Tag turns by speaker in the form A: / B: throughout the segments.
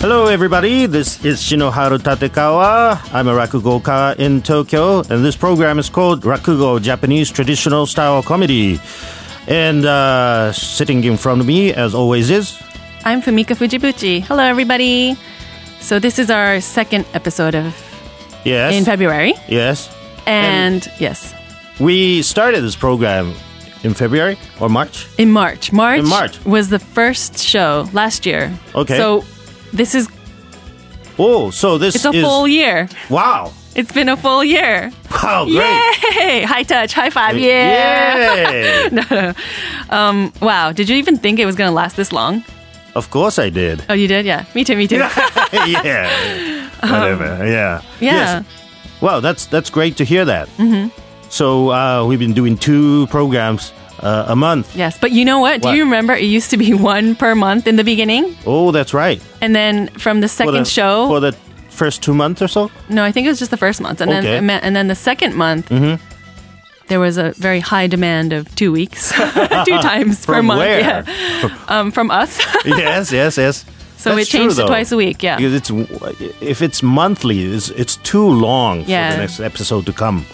A: Hello, everybody. This is Shinoharu Tatekawa. I'm a rakugoka in Tokyo, and this program is called Rakugo Japanese Traditional Style Comedy. And uh, sitting in front of me, as always, is
B: I'm Fumika Fujibuchi. Hello, everybody. So this is our second episode of
A: yes,
B: in February,
A: yes.
B: and yes,
A: We started this program in February or March.
B: in March. March.
A: In March.
B: was the first show last year.
A: Okay.
B: So this is
A: Oh, so this
B: it's a
A: is
B: full year.
A: wow,
B: It's been a full year.
A: wow, great.
B: Yay! High touch, high five. Yeah.
A: Yay.
B: Wow. Did you even think it was gonna last this long?
A: of course, I did.
B: Oh, you did? Yeah. Me too. Me too.
A: yeah. Whatever. yeah.
B: Um, yeah.
A: Well, that's that's great to hear that. Mm-hmm. So uh, we've been doing two programs uh, a month.
B: Yes. But you know what?
A: What?
B: Do you remember? It used to be one per month in the beginning,
A: Oh, that's right.
B: and then from the
A: For the,
B: second show
A: for the first two months or so.
B: No, I think it was just the first month, and
A: Okay. Mm-hmm.
B: then and then the second month. There was a very high demand of two weeks, two times per
A: From
B: month.
A: where?
B: Yeah, um, from us.
A: yes, yes, yes.
B: so
A: That's
B: it changed
A: true,
B: to
A: though.
B: twice a week. Yeah,
A: Because it's if it's monthly, it's, it's too long for
B: Yeah.
A: the next episode to come.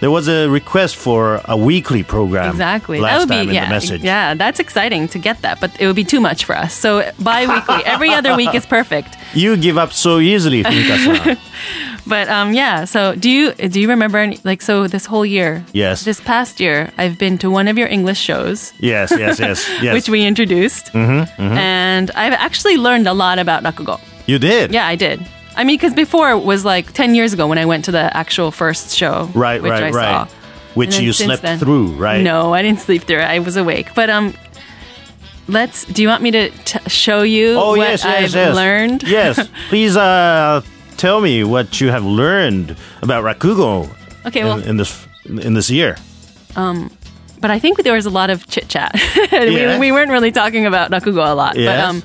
A: There was a request for a weekly program.
B: exactly.
A: Last
B: that would
A: time
B: be
A: in
B: yeah,
A: the message.
B: yeah. That's exciting to get that, but it would be too much for us. So bi-weekly, every other week is perfect.
A: You give up so easily, Finka-san.
B: But um, yeah. So do you do you remember any, like so this whole year?
A: Yes.
B: This past year, I've been to one of your English shows.
A: yes, yes, yes, yes. Mm-hmm,
B: Which we introduced, and I've actually learned a lot about rakugo.
A: you did.
B: Yeah, I did. I mean, because before it was like 10 years ago when I went to the actual first show.
A: Right,
B: which
A: right, right.
B: I Saw. And
A: Which
B: then
A: you
B: since
A: slept
B: then-
A: through, right?
B: No, I didn't sleep through it. I was awake. But um, let's, do you want me to t- show you
A: Oh
B: what
A: yes, yes,
B: I've
A: yes.
B: learned?
A: yes, please uh, tell me what you have learned about rakugo
B: Okay,
A: in,
B: well,
A: in this in this year.
B: but I think there was a lot of chit chat.
A: Yeah.
B: we, we weren't really talking about Rakugo a lot. But
A: Yes.
B: um,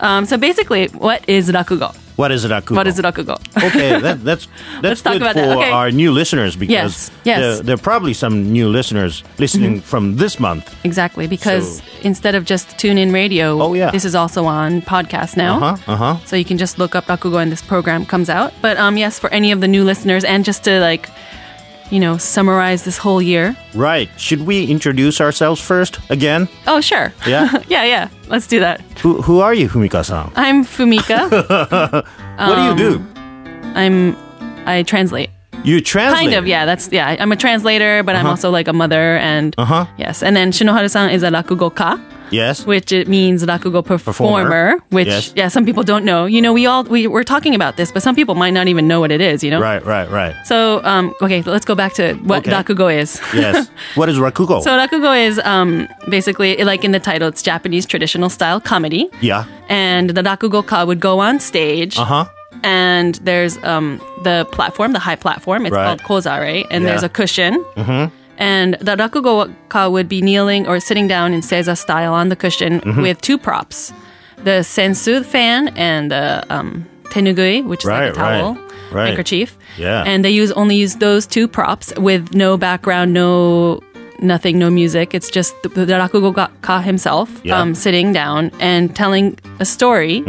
B: um, so basically, what is Rakugo?
A: What is rakugo?
B: What is Rakugo?
A: okay, that, that's that's
B: talk
A: good
B: about
A: for
B: that. Okay.
A: our new listeners because
B: Yes, yes. Mm-hmm.
A: There, there are probably some new listeners listening from this month.
B: exactly, because
A: So-
B: instead of just tune in radio,
A: Oh, yeah.
B: this is also on podcast now.
A: Uh huh. Uh huh.
B: So you can just look up Rakugo and this program comes out. But um, yes, for any of the new listeners, and just to like, you know, summarize this whole year.
A: Right. Should we introduce ourselves first again?
B: Oh, sure.
A: Yeah.
B: yeah, yeah. Let's do that.
A: who who are you, Humika-san?
B: I'm Fumika. Um,
A: what do you do?
B: I'm, I translate.
A: You translate.
B: Kind of, yeah. That's yeah. I- I'm a translator, but I'm also like a mother, and
A: Uh-huh.
B: yes. And then Shinoharu-san is a rakugoka,
A: Yes.
B: which it means rakugo performer.
A: Performer.
B: Which
A: Yes.
B: yeah, some people don't know. You know, we all we we're talking about this, but some people might not even know what it is. You know.
A: Right. Right. Right.
B: So um, okay, let's go back to what
A: Okay.
B: rakugo is.
A: Yes. what is rakugo?
B: So rakugo is um, basically, like in the title, it's Japanese traditional style comedy.
A: yeah.
B: And the rakugoka would go on stage,
A: Uh huh.
B: and there's um, the platform, the high platform. It's
A: Right.
B: called kozare, and
A: Yeah. Mm-hmm.
B: there's a cushion. And the rakugoka would be kneeling or sitting down in seiza style on the cushion
A: Mm-hmm.
B: with two props, the sensu fan and the um, tenugui, which is like
A: Right,
B: a towel,
A: right, right.
B: handkerchief.
A: Yeah.
B: And they use only use those two props with no background, no nothing, no music. It's just the, the rakugoka himself
A: Yeah. Mm-hmm.
B: um, sitting down and telling a story.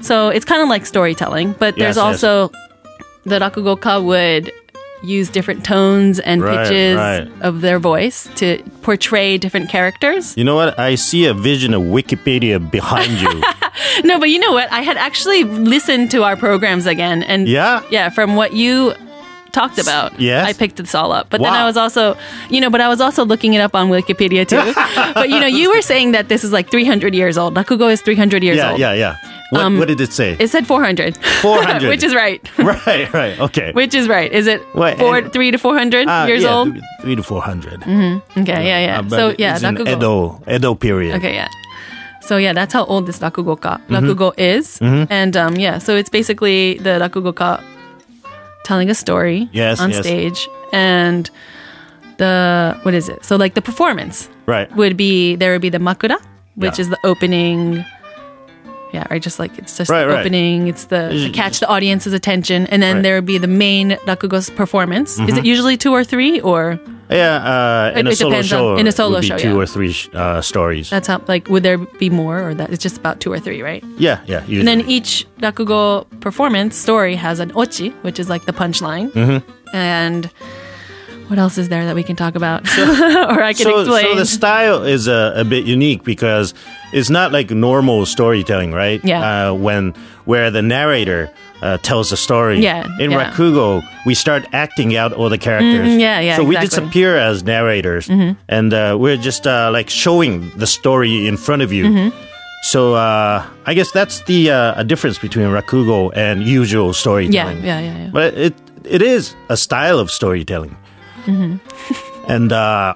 B: So it's kind of like storytelling, but
A: Yes,
B: there's
A: yes.
B: also the rakugoka would use different tones and
A: Right,
B: pitches
A: right.
B: of their voice to portray different characters.
A: You know what? I see a vision of Wikipedia behind you.
B: No, but you know what? I had actually listened to our programs again, and
A: Yeah?
B: yeah, from what you talked about,
A: yes.
B: I picked this all up. But then
A: Wow.
B: I was also, you know, but I was also looking it up on Wikipedia too. but you know, you were saying that this is like 300 years old. Rakugo is 300 years
A: yeah,
B: old.
A: yeah, yeah. What, what did it say?
B: um, It said 400.
A: 400.
B: which is right.
A: right, right. Okay.
B: Which is right. Is it
A: Wait,
B: four,
A: and-
B: three to 400
A: Ah,
B: years
A: yeah,
B: old?
A: th- Three to four hundred.
B: Okay, yeah, yeah.
A: Uh, but
B: so yeah,
A: it's in
B: rakugo.
A: Edo, Edo period.
B: Okay, yeah. So yeah, that's how old this rakugoka
A: Mm-hmm.
B: rakugo is, and um, yeah, so it's basically the rakugoka telling a story
A: Yes,
B: on
A: yes.
B: stage, and the what is it? So like the performance
A: Right.
B: would be there would be the makura, which
A: Yeah.
B: is the opening. Yeah, or just like it's just
A: Right,
B: the
A: right.
B: opening. It's the to catch the audience's attention, and then
A: Right. Mm-hmm.
B: there would be the main rakugo's performance. Is it usually two or three or
A: Yeah, uh, in
B: It-
A: a
B: it
A: solo
B: depends on-
A: show,
B: in a
A: it
B: solo
A: would be
B: show,
A: two
B: yeah.
A: or three sh- uh, stories.
B: That's how, like, would there be more or that? It's just about two or three, right?
A: yeah, yeah.
B: And then
A: usually.
B: each rakugo performance story has an ochi, which is like the punchline. Mm-hmm. And what else is there that we can talk about? or I can
A: so,
B: explain.
A: so the style is a, a bit unique because it's not like normal storytelling, right?
B: Yeah.
A: Uh, when where the narrator uh, tells the story.
B: Yeah,
A: In
B: yeah.
A: Rakugo, we start acting out all the characters.
B: Mm, yeah, yeah,
A: So we
B: exactly. Mm-hmm.
A: disappear as narrators, and uh, we're just uh, like showing the story in front of you.
B: Mm-hmm.
A: So uh, I guess that's the uh, a difference between Rakugo and usual
B: yeah,
A: storytelling.
B: yeah, yeah, yeah.
A: But it it is a style of storytelling,
B: Mm-hmm.
A: and uh,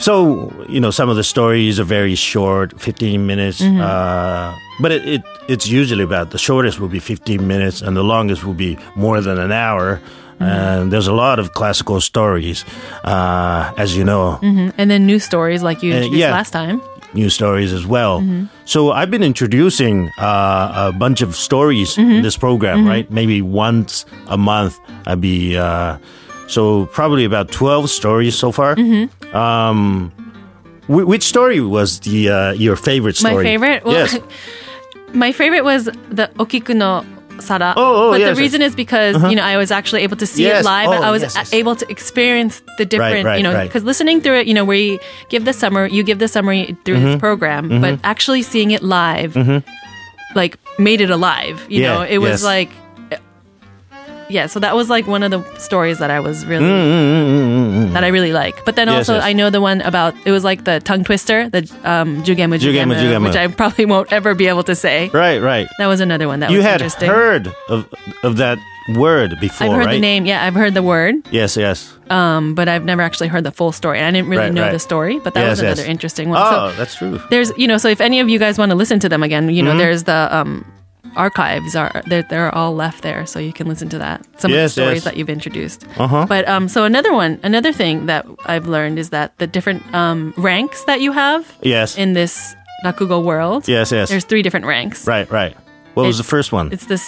A: so you know some of the stories are very short, fifteen minutes.
B: Mm-hmm.
A: Uh, but it, it it's usually about the shortest will be fifteen minutes, and the longest will be more than an hour.
B: Mm-hmm.
A: And there's a lot of classical stories, uh, as you know,
B: Mhm. And then new stories like you
A: Uh,
B: introduced
A: yeah.
B: last time.
A: new stories as well. So I've been introducing uh, a bunch of stories in this program,
B: Mm-hmm.
A: right? Maybe once a month, I'd be uh, so probably about twelve stories so far.
B: Mm-hmm.
A: Um, wh- which story was the uh, your favorite
B: My
A: story?
B: favorite? Well,
A: yes.
B: my favorite was the Okiku no Sara.
A: Oh, oh,
B: but
A: yes, Uh-huh.
B: the reason is because, you know, I was actually able to see
A: Yes.
B: it live and
A: Oh,
B: I was
A: yes, yes.
B: a- able to experience the different,
A: right,
B: you know,
A: right.
B: because listening through it, you know, we give the summary, you give the summary through this
A: Mm-hmm.
B: program, but actually seeing it live, like, made it alive. You
A: Yeah,
B: know, it was
A: yes.
B: like, yeah, so that was like one of the stories that I was really
A: Mm,
B: that I really like. But then
A: Yes,
B: also
A: yes.
B: I know the one about it was like the tongue twister, the um,
A: Jugema,
B: jugema, jugema
A: jugema.
B: which I probably won't ever be able to say.
A: Right, right.
B: That was another one that
A: You
B: was
A: had
B: interesting.
A: heard of of that word before,
B: I've heard
A: right?
B: the name, yeah, I've heard the word,
A: Yes, yes.
B: um, but I've never actually heard the full story. And I didn't really
A: Right,
B: know
A: right.
B: the story, but that
A: Yes,
B: was
A: yes.
B: another interesting one.
A: Oh,
B: So
A: that's true.
B: there's, you know, so if any of you guys want to listen to them again,
A: Mm-hmm.
B: you know, there's the um, archives are they're, they're all left there, so you can listen to that. Some
A: Yes,
B: of the stories
A: yes. Uh-huh.
B: that you've introduced. But um, so another one, another thing that I've learned is that the different um, ranks that you have
A: Yes,
B: in this rakugo world.
A: yes, yes.
B: There's three different ranks.
A: right, right. What was the
B: It's-
A: first one?
B: It's this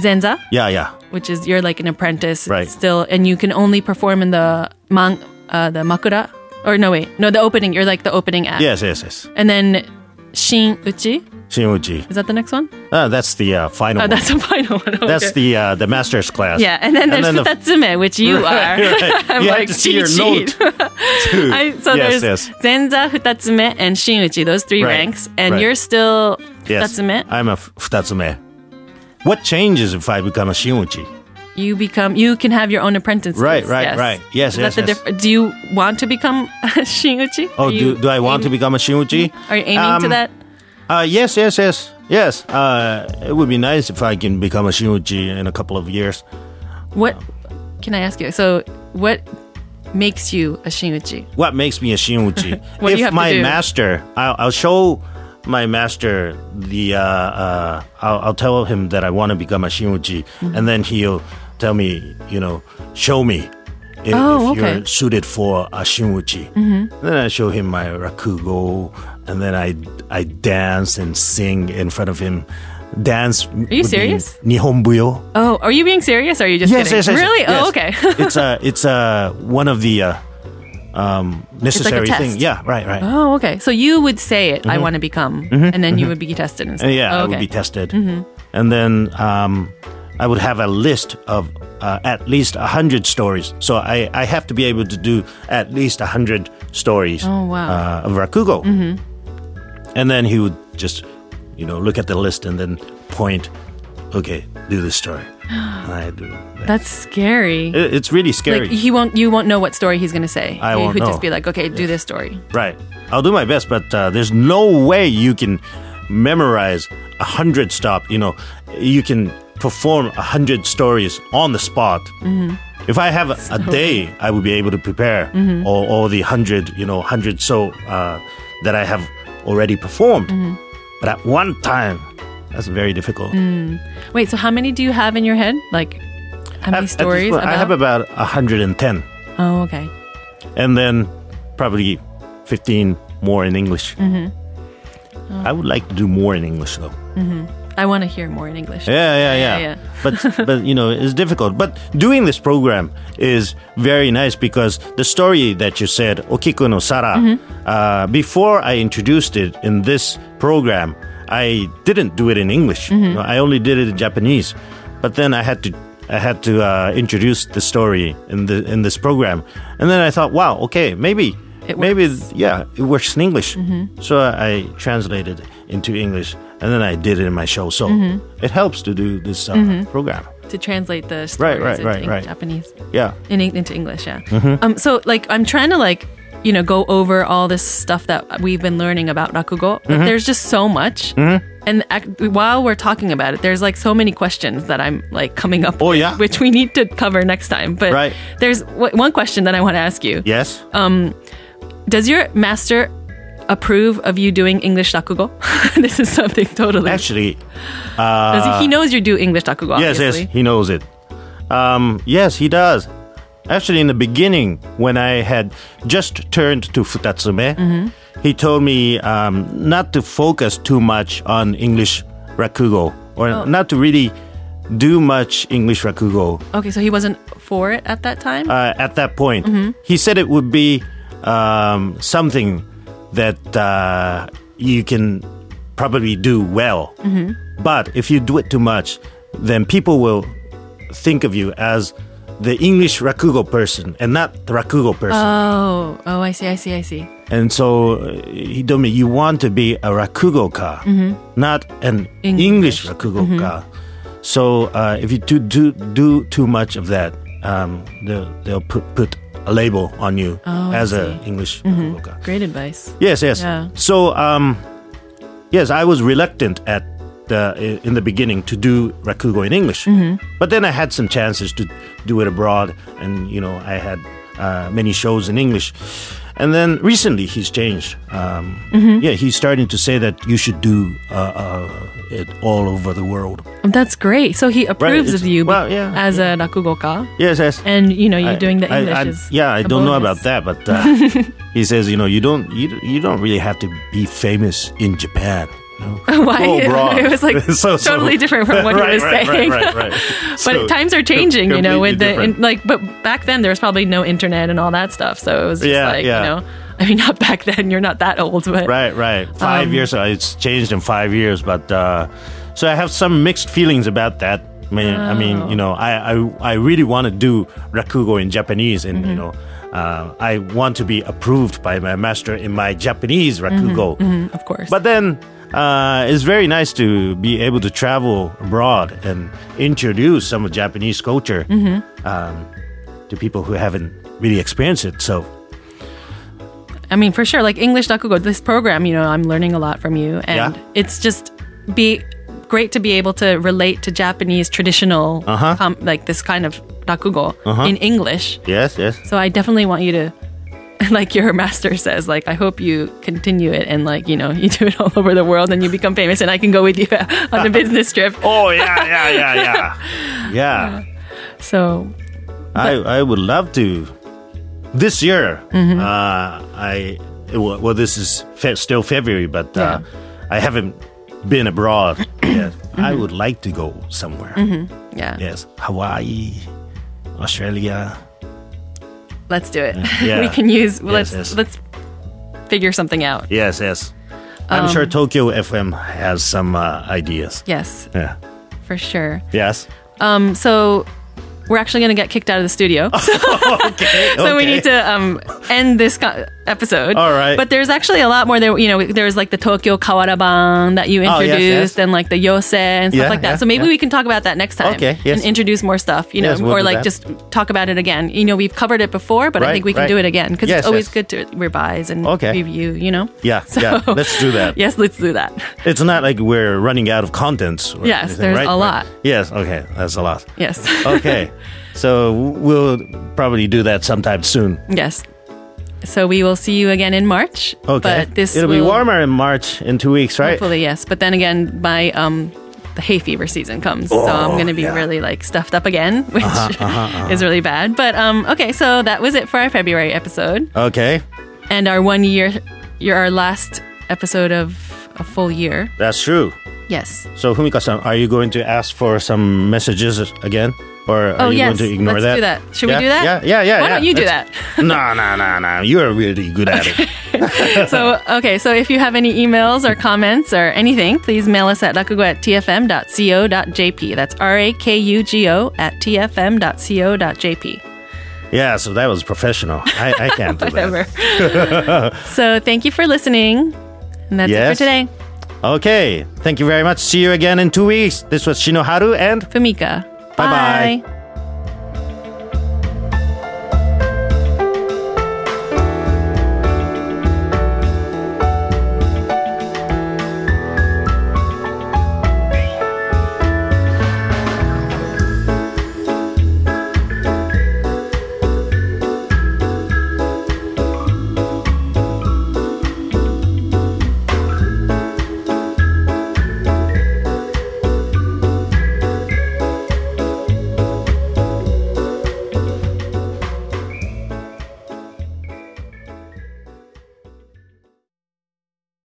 B: zenza.
A: Yeah, yeah.
B: which is you're like an apprentice
A: Right.
B: still and you can only perform in the man uh, the makura or no wait no the opening you're like the opening act
A: Yes, yes, yes.
B: and then shin uchi
A: Shinuchi.
B: is that the next one?
A: Uh, that's the uh, final.
B: Oh,
A: one.
B: that's the final one okay.
A: That's the uh, the master's class.
B: yeah and then there's
A: and then the-
B: futatsume which you are
A: you have
B: like,
A: to see your
B: "Chi-chi."
A: note. too.
B: I, so
A: yes,
B: there's
A: yes,
B: zenza futatsume and shin uchi those three
A: Right,
B: ranks and
A: right.
B: you're still
A: yes.
B: futatsume
A: I'm a f- futatsume. What changes if I become a shinuchi?
B: you become you can have your own apprentices
A: Right, right,
B: yes.
A: right. Yes,
B: Is that
A: yes,
B: the
A: yes.
B: diff- do you want to become shin uchi
A: Oh,
B: Are you
A: do, do I want to become a shinuchi?
B: Are you aiming to
A: Um,
B: that?
A: Uh, yes, yes, yes, yes. Uh, it would be nice if I can become a shinuchi in a couple of years.
B: What can I ask you? So, what makes you a shinuchi?
A: What makes me a shinuchi?
B: What do
A: if
B: you have to
A: my
B: do?
A: master, I'll, I'll show my master the. Uh, uh, I'll, I'll tell him that I want to become a shinuchi,
B: Mm-hmm.
A: and then he'll tell me, you know, show me if,
B: Oh,
A: if
B: okay.
A: you're suited for a shinuchi. Mm-hmm. Then I show him my rakugo, and then I I dance and sing in front of him. Dance. Are
B: you serious?
A: Nihonbuyo.
B: Oh, are you being serious? Or are you just
A: Yes,
B: kidding?
A: yes, yes,
B: really?
A: yes.
B: Oh, okay.
A: it's uh, it's uh, one of the uh, um, necessary
B: test.
A: things. Yeah, right, right.
B: oh, okay. So you would say it.
A: Mm-hmm.
B: I want to become, and then you would be tested. And stuff.
A: And Mm-hmm. Uh, yeah,
B: Oh,
A: I
B: okay.
A: would be tested, and then um, I would have a list of uh, at least hundred stories. So I, I have to be able to do at least hundred stories.
B: Oh, wow. Mm-hmm.
A: Uh, of rakugo, and then he would just you know look at the list and then point. Okay, do this story. And I do. That.
B: That's scary.
A: It, it's really scary.
B: Like he won't. You won't know what story he's going to say.
A: I
B: he
A: won't
B: would
A: know.
B: just be like, okay, do this story.
A: Right. I'll do my best, but uh, there's no way you can memorize a hundred stop. You know, you can perform a hundred stories on the spot. If I have a, a day, I will be able to prepare all, all the hundred, you know, hundred so uh, that I have already performed. But at one time, that's very difficult.
B: Wait. So how many do you have in your head? Like
A: At-
B: how
A: at
B: many
A: this
B: stories?
A: point, I
B: about?
A: have about 110,
B: oh, okay.
A: and then probably Mm-hmm. 15 more in English. I would like to do more in English, though.
B: I want to hear more in English.
A: Yeah, yeah, yeah. but but you know, it's difficult. But doing this program is very nice because the story that you said, Okiku no Sara, uh, before I introduced it in this program, I didn't do it in English. I only did it in Japanese. But then I had to I had to uh, introduce the story in the in this program, and then I thought, wow, okay, maybe.
B: It
A: Maybe yeah, it works in English. So I translated it into English, and then I did it in my show. So it helps to do this uh, program.
B: To translate the stories
A: right,
B: into
A: right,
B: Eng-
A: right.
B: Japanese.
A: Yeah,
B: in, into English. Yeah.
A: Mm-hmm.
B: Um. So like, I'm trying to like, you know, go over all this stuff that we've been learning about rakugo. But
A: Mm-hmm.
B: there's just so much, and ac- while we're talking about it, there's like so many questions that I'm like coming up.
A: Oh,
B: with,
A: yeah?
B: Which we need to cover next time. But
A: Right.
B: there's w- one question that I want to ask you.
A: yes.
B: Does your master approve of you doing English rakugo? this is something totally.
A: Actually,
B: 'cause he knows you do English rakugo.
A: Uh, yes, yes,
B: obviously.
A: he knows it. Um, yes, he does. Actually, in the beginning, when I had just turned to Futatsume, he told me um, not to focus too much on English rakugo or not to really do much English rakugo
B: Okay, so he wasn't for it at that time.
A: uh, at that point. He said it would be um, something that uh, you can probably do well. But if you do it too much, then people will think of you as the English Rakugo person and not the Rakugo person.
B: oh, oh, I see, I see, I see.
A: and so uh, he told me, you want to be a Rakugo ka, not an
B: Mm-hmm. English. Mm-hmm.
A: English, Rakugo ka. So uh, if you do, do, do too much of that, um, they'll, they'll put, put a label on you
B: Oh, I
A: as a
B: see. Mm-hmm.
A: English Rakugo ka.
B: Great advice.
A: Yes, yes.
B: Yeah.
A: So, um, yes, I was reluctant at the in the beginning to do rakugo in English,
B: Mm-hmm.
A: but then I had some chances to do it abroad, and you know I had uh, many shows in English. And then recently he's changed. Um,
B: Mm-hmm.
A: Yeah, he's starting to say that you should do uh, uh, it all over the world.
B: That's great. So he approves
A: it's-
B: of you
A: well, yeah,
B: as a rakugoka,
A: Yes, yes.
B: and you know you're
A: I-
B: doing the
A: I-
B: English.
A: I-
B: is
A: yeah, I
B: a
A: don't know about
B: bonus.
A: that, but uh, he says, you know, you don't you, you don't really have to be famous in Japan. you know?
B: Why?
A: Go abroad.
B: it was like
A: So- so-
B: totally different from what
A: Right,
B: he was
A: right,
B: saying.
A: Right, right, right.
B: but
A: So,
B: times are changing, you know.
A: completely
B: With the
A: different.
B: in, like, but back then there was probably no internet and all that stuff, so it was just
A: Yeah,
B: like
A: yeah.
B: you know. I mean, not back then. You're not that old, but
A: Right, right. Five
B: Um,
A: years. uh, It's changed in five years, but uh, so I have some mixed feelings about that. I mean, I
B: Oh.
A: mean, you know, I I, I really want to do rakugo in Japanese, and
B: Mm-hmm.
A: you know, uh, I want to be approved by my master in my Japanese rakugo.
B: of course.
A: But then uh, it's very nice to be able to travel abroad and introduce some of Japanese culture um, to people who haven't really experienced it. So
B: I mean, for sure, like English Dakugo, this program, you know, I'm learning a lot from you, and
A: Yeah.
B: it's just be great to be able to relate to Japanese traditional,
A: Uh-huh.
B: com- like this kind of Dakugo in English.
A: yes, yes,
B: So I definitely want you to, like your master says, like I hope you continue it and like you know you do it all over the world and you become famous, and I can go with you on a business trip.
A: oh yeah, yeah, yeah, yeah, yeah.
B: So
A: I I would love to. This year, uh, I well, well, this is fe- still February, but uh, I haven't been abroad yet. I would like to go somewhere.
B: yeah,
A: Yes, Hawaii, Australia.
B: let's do it.
A: Yeah.
B: we can use let's
A: yes.
B: let's figure something out.
A: Yes, yes. I'm
B: Um,
A: sure Tokyo FM has some uh, ideas.
B: Yes,
A: Yeah.
B: for sure.
A: Yes.
B: Um, so we're actually going to get kicked out of the studio. so
A: Okay.
B: we need to um, end this co- episode.
A: All right.
B: But there's actually a lot more there. You know, there's like the Tokyo Kawaraban that you
A: Oh, yes,
B: introduced
A: yes.
B: and like the Yose and stuff
A: Yeah,
B: like that.
A: yeah,
B: so maybe
A: yeah.
B: we can talk about that next time
A: Okay, yes.
B: and introduce more stuff, you know,
A: Yes, we'll
B: or
A: do
B: like
A: that.
B: just talk about it again. You know, we've covered it before, but I
A: Right,
B: think we can
A: right.
B: do it again because
A: Yes,
B: it's always
A: yes.
B: good to revise and
A: Okay.
B: review, you know?
A: Yeah, yeah. Let's do that.
B: yes, let's do that.
A: It's not like we're running out of contents. or
B: Yes, there's
A: right?
B: a lot.
A: Yes. Okay. That's a lot.
B: Yes.
A: Okay. so we'll probably do that sometime soon.
B: Yes. So we will see you again in March.
A: Okay.
B: But this
A: It'll be
B: will-
A: warmer in March in two weeks, right?
B: Hopefully, yes. But then again, my um, the hay fever season comes, so I'm
A: Oh,
B: going to be
A: yeah. Uh-huh,
B: really like stuffed up again, which is really bad. But um, okay, so that was it for our February episode
A: Okay.
B: and our one year, your our last episode of a full year.
A: That's true.
B: Yes.
A: So, Fumika-san, are you going to ask for some messages again? Or are
B: Oh,
A: you
B: yes.
A: going to ignore
B: Let's
A: that?
B: do that. Should we
A: Yeah,
B: do that?
A: Yeah, yeah, yeah.
B: Why
A: yeah.
B: don't you do
A: Let's-
B: that?
A: no, no, no, no. You're really good at it.
B: so, okay, so if you have any emails or comments or anything, please mail us at rakugo at tfm.co.jp. That's R A K U G O at tfm.co.jp.
A: Yeah, so that was professional. I, I can't do that.
B: Whatever. so, thank you for listening. And that's it
A: Yes.
B: for today.
A: Okay, thank you very much. See you again in two weeks. This was Shinoharu and
B: Famika.
A: Bye-bye.
B: Bye.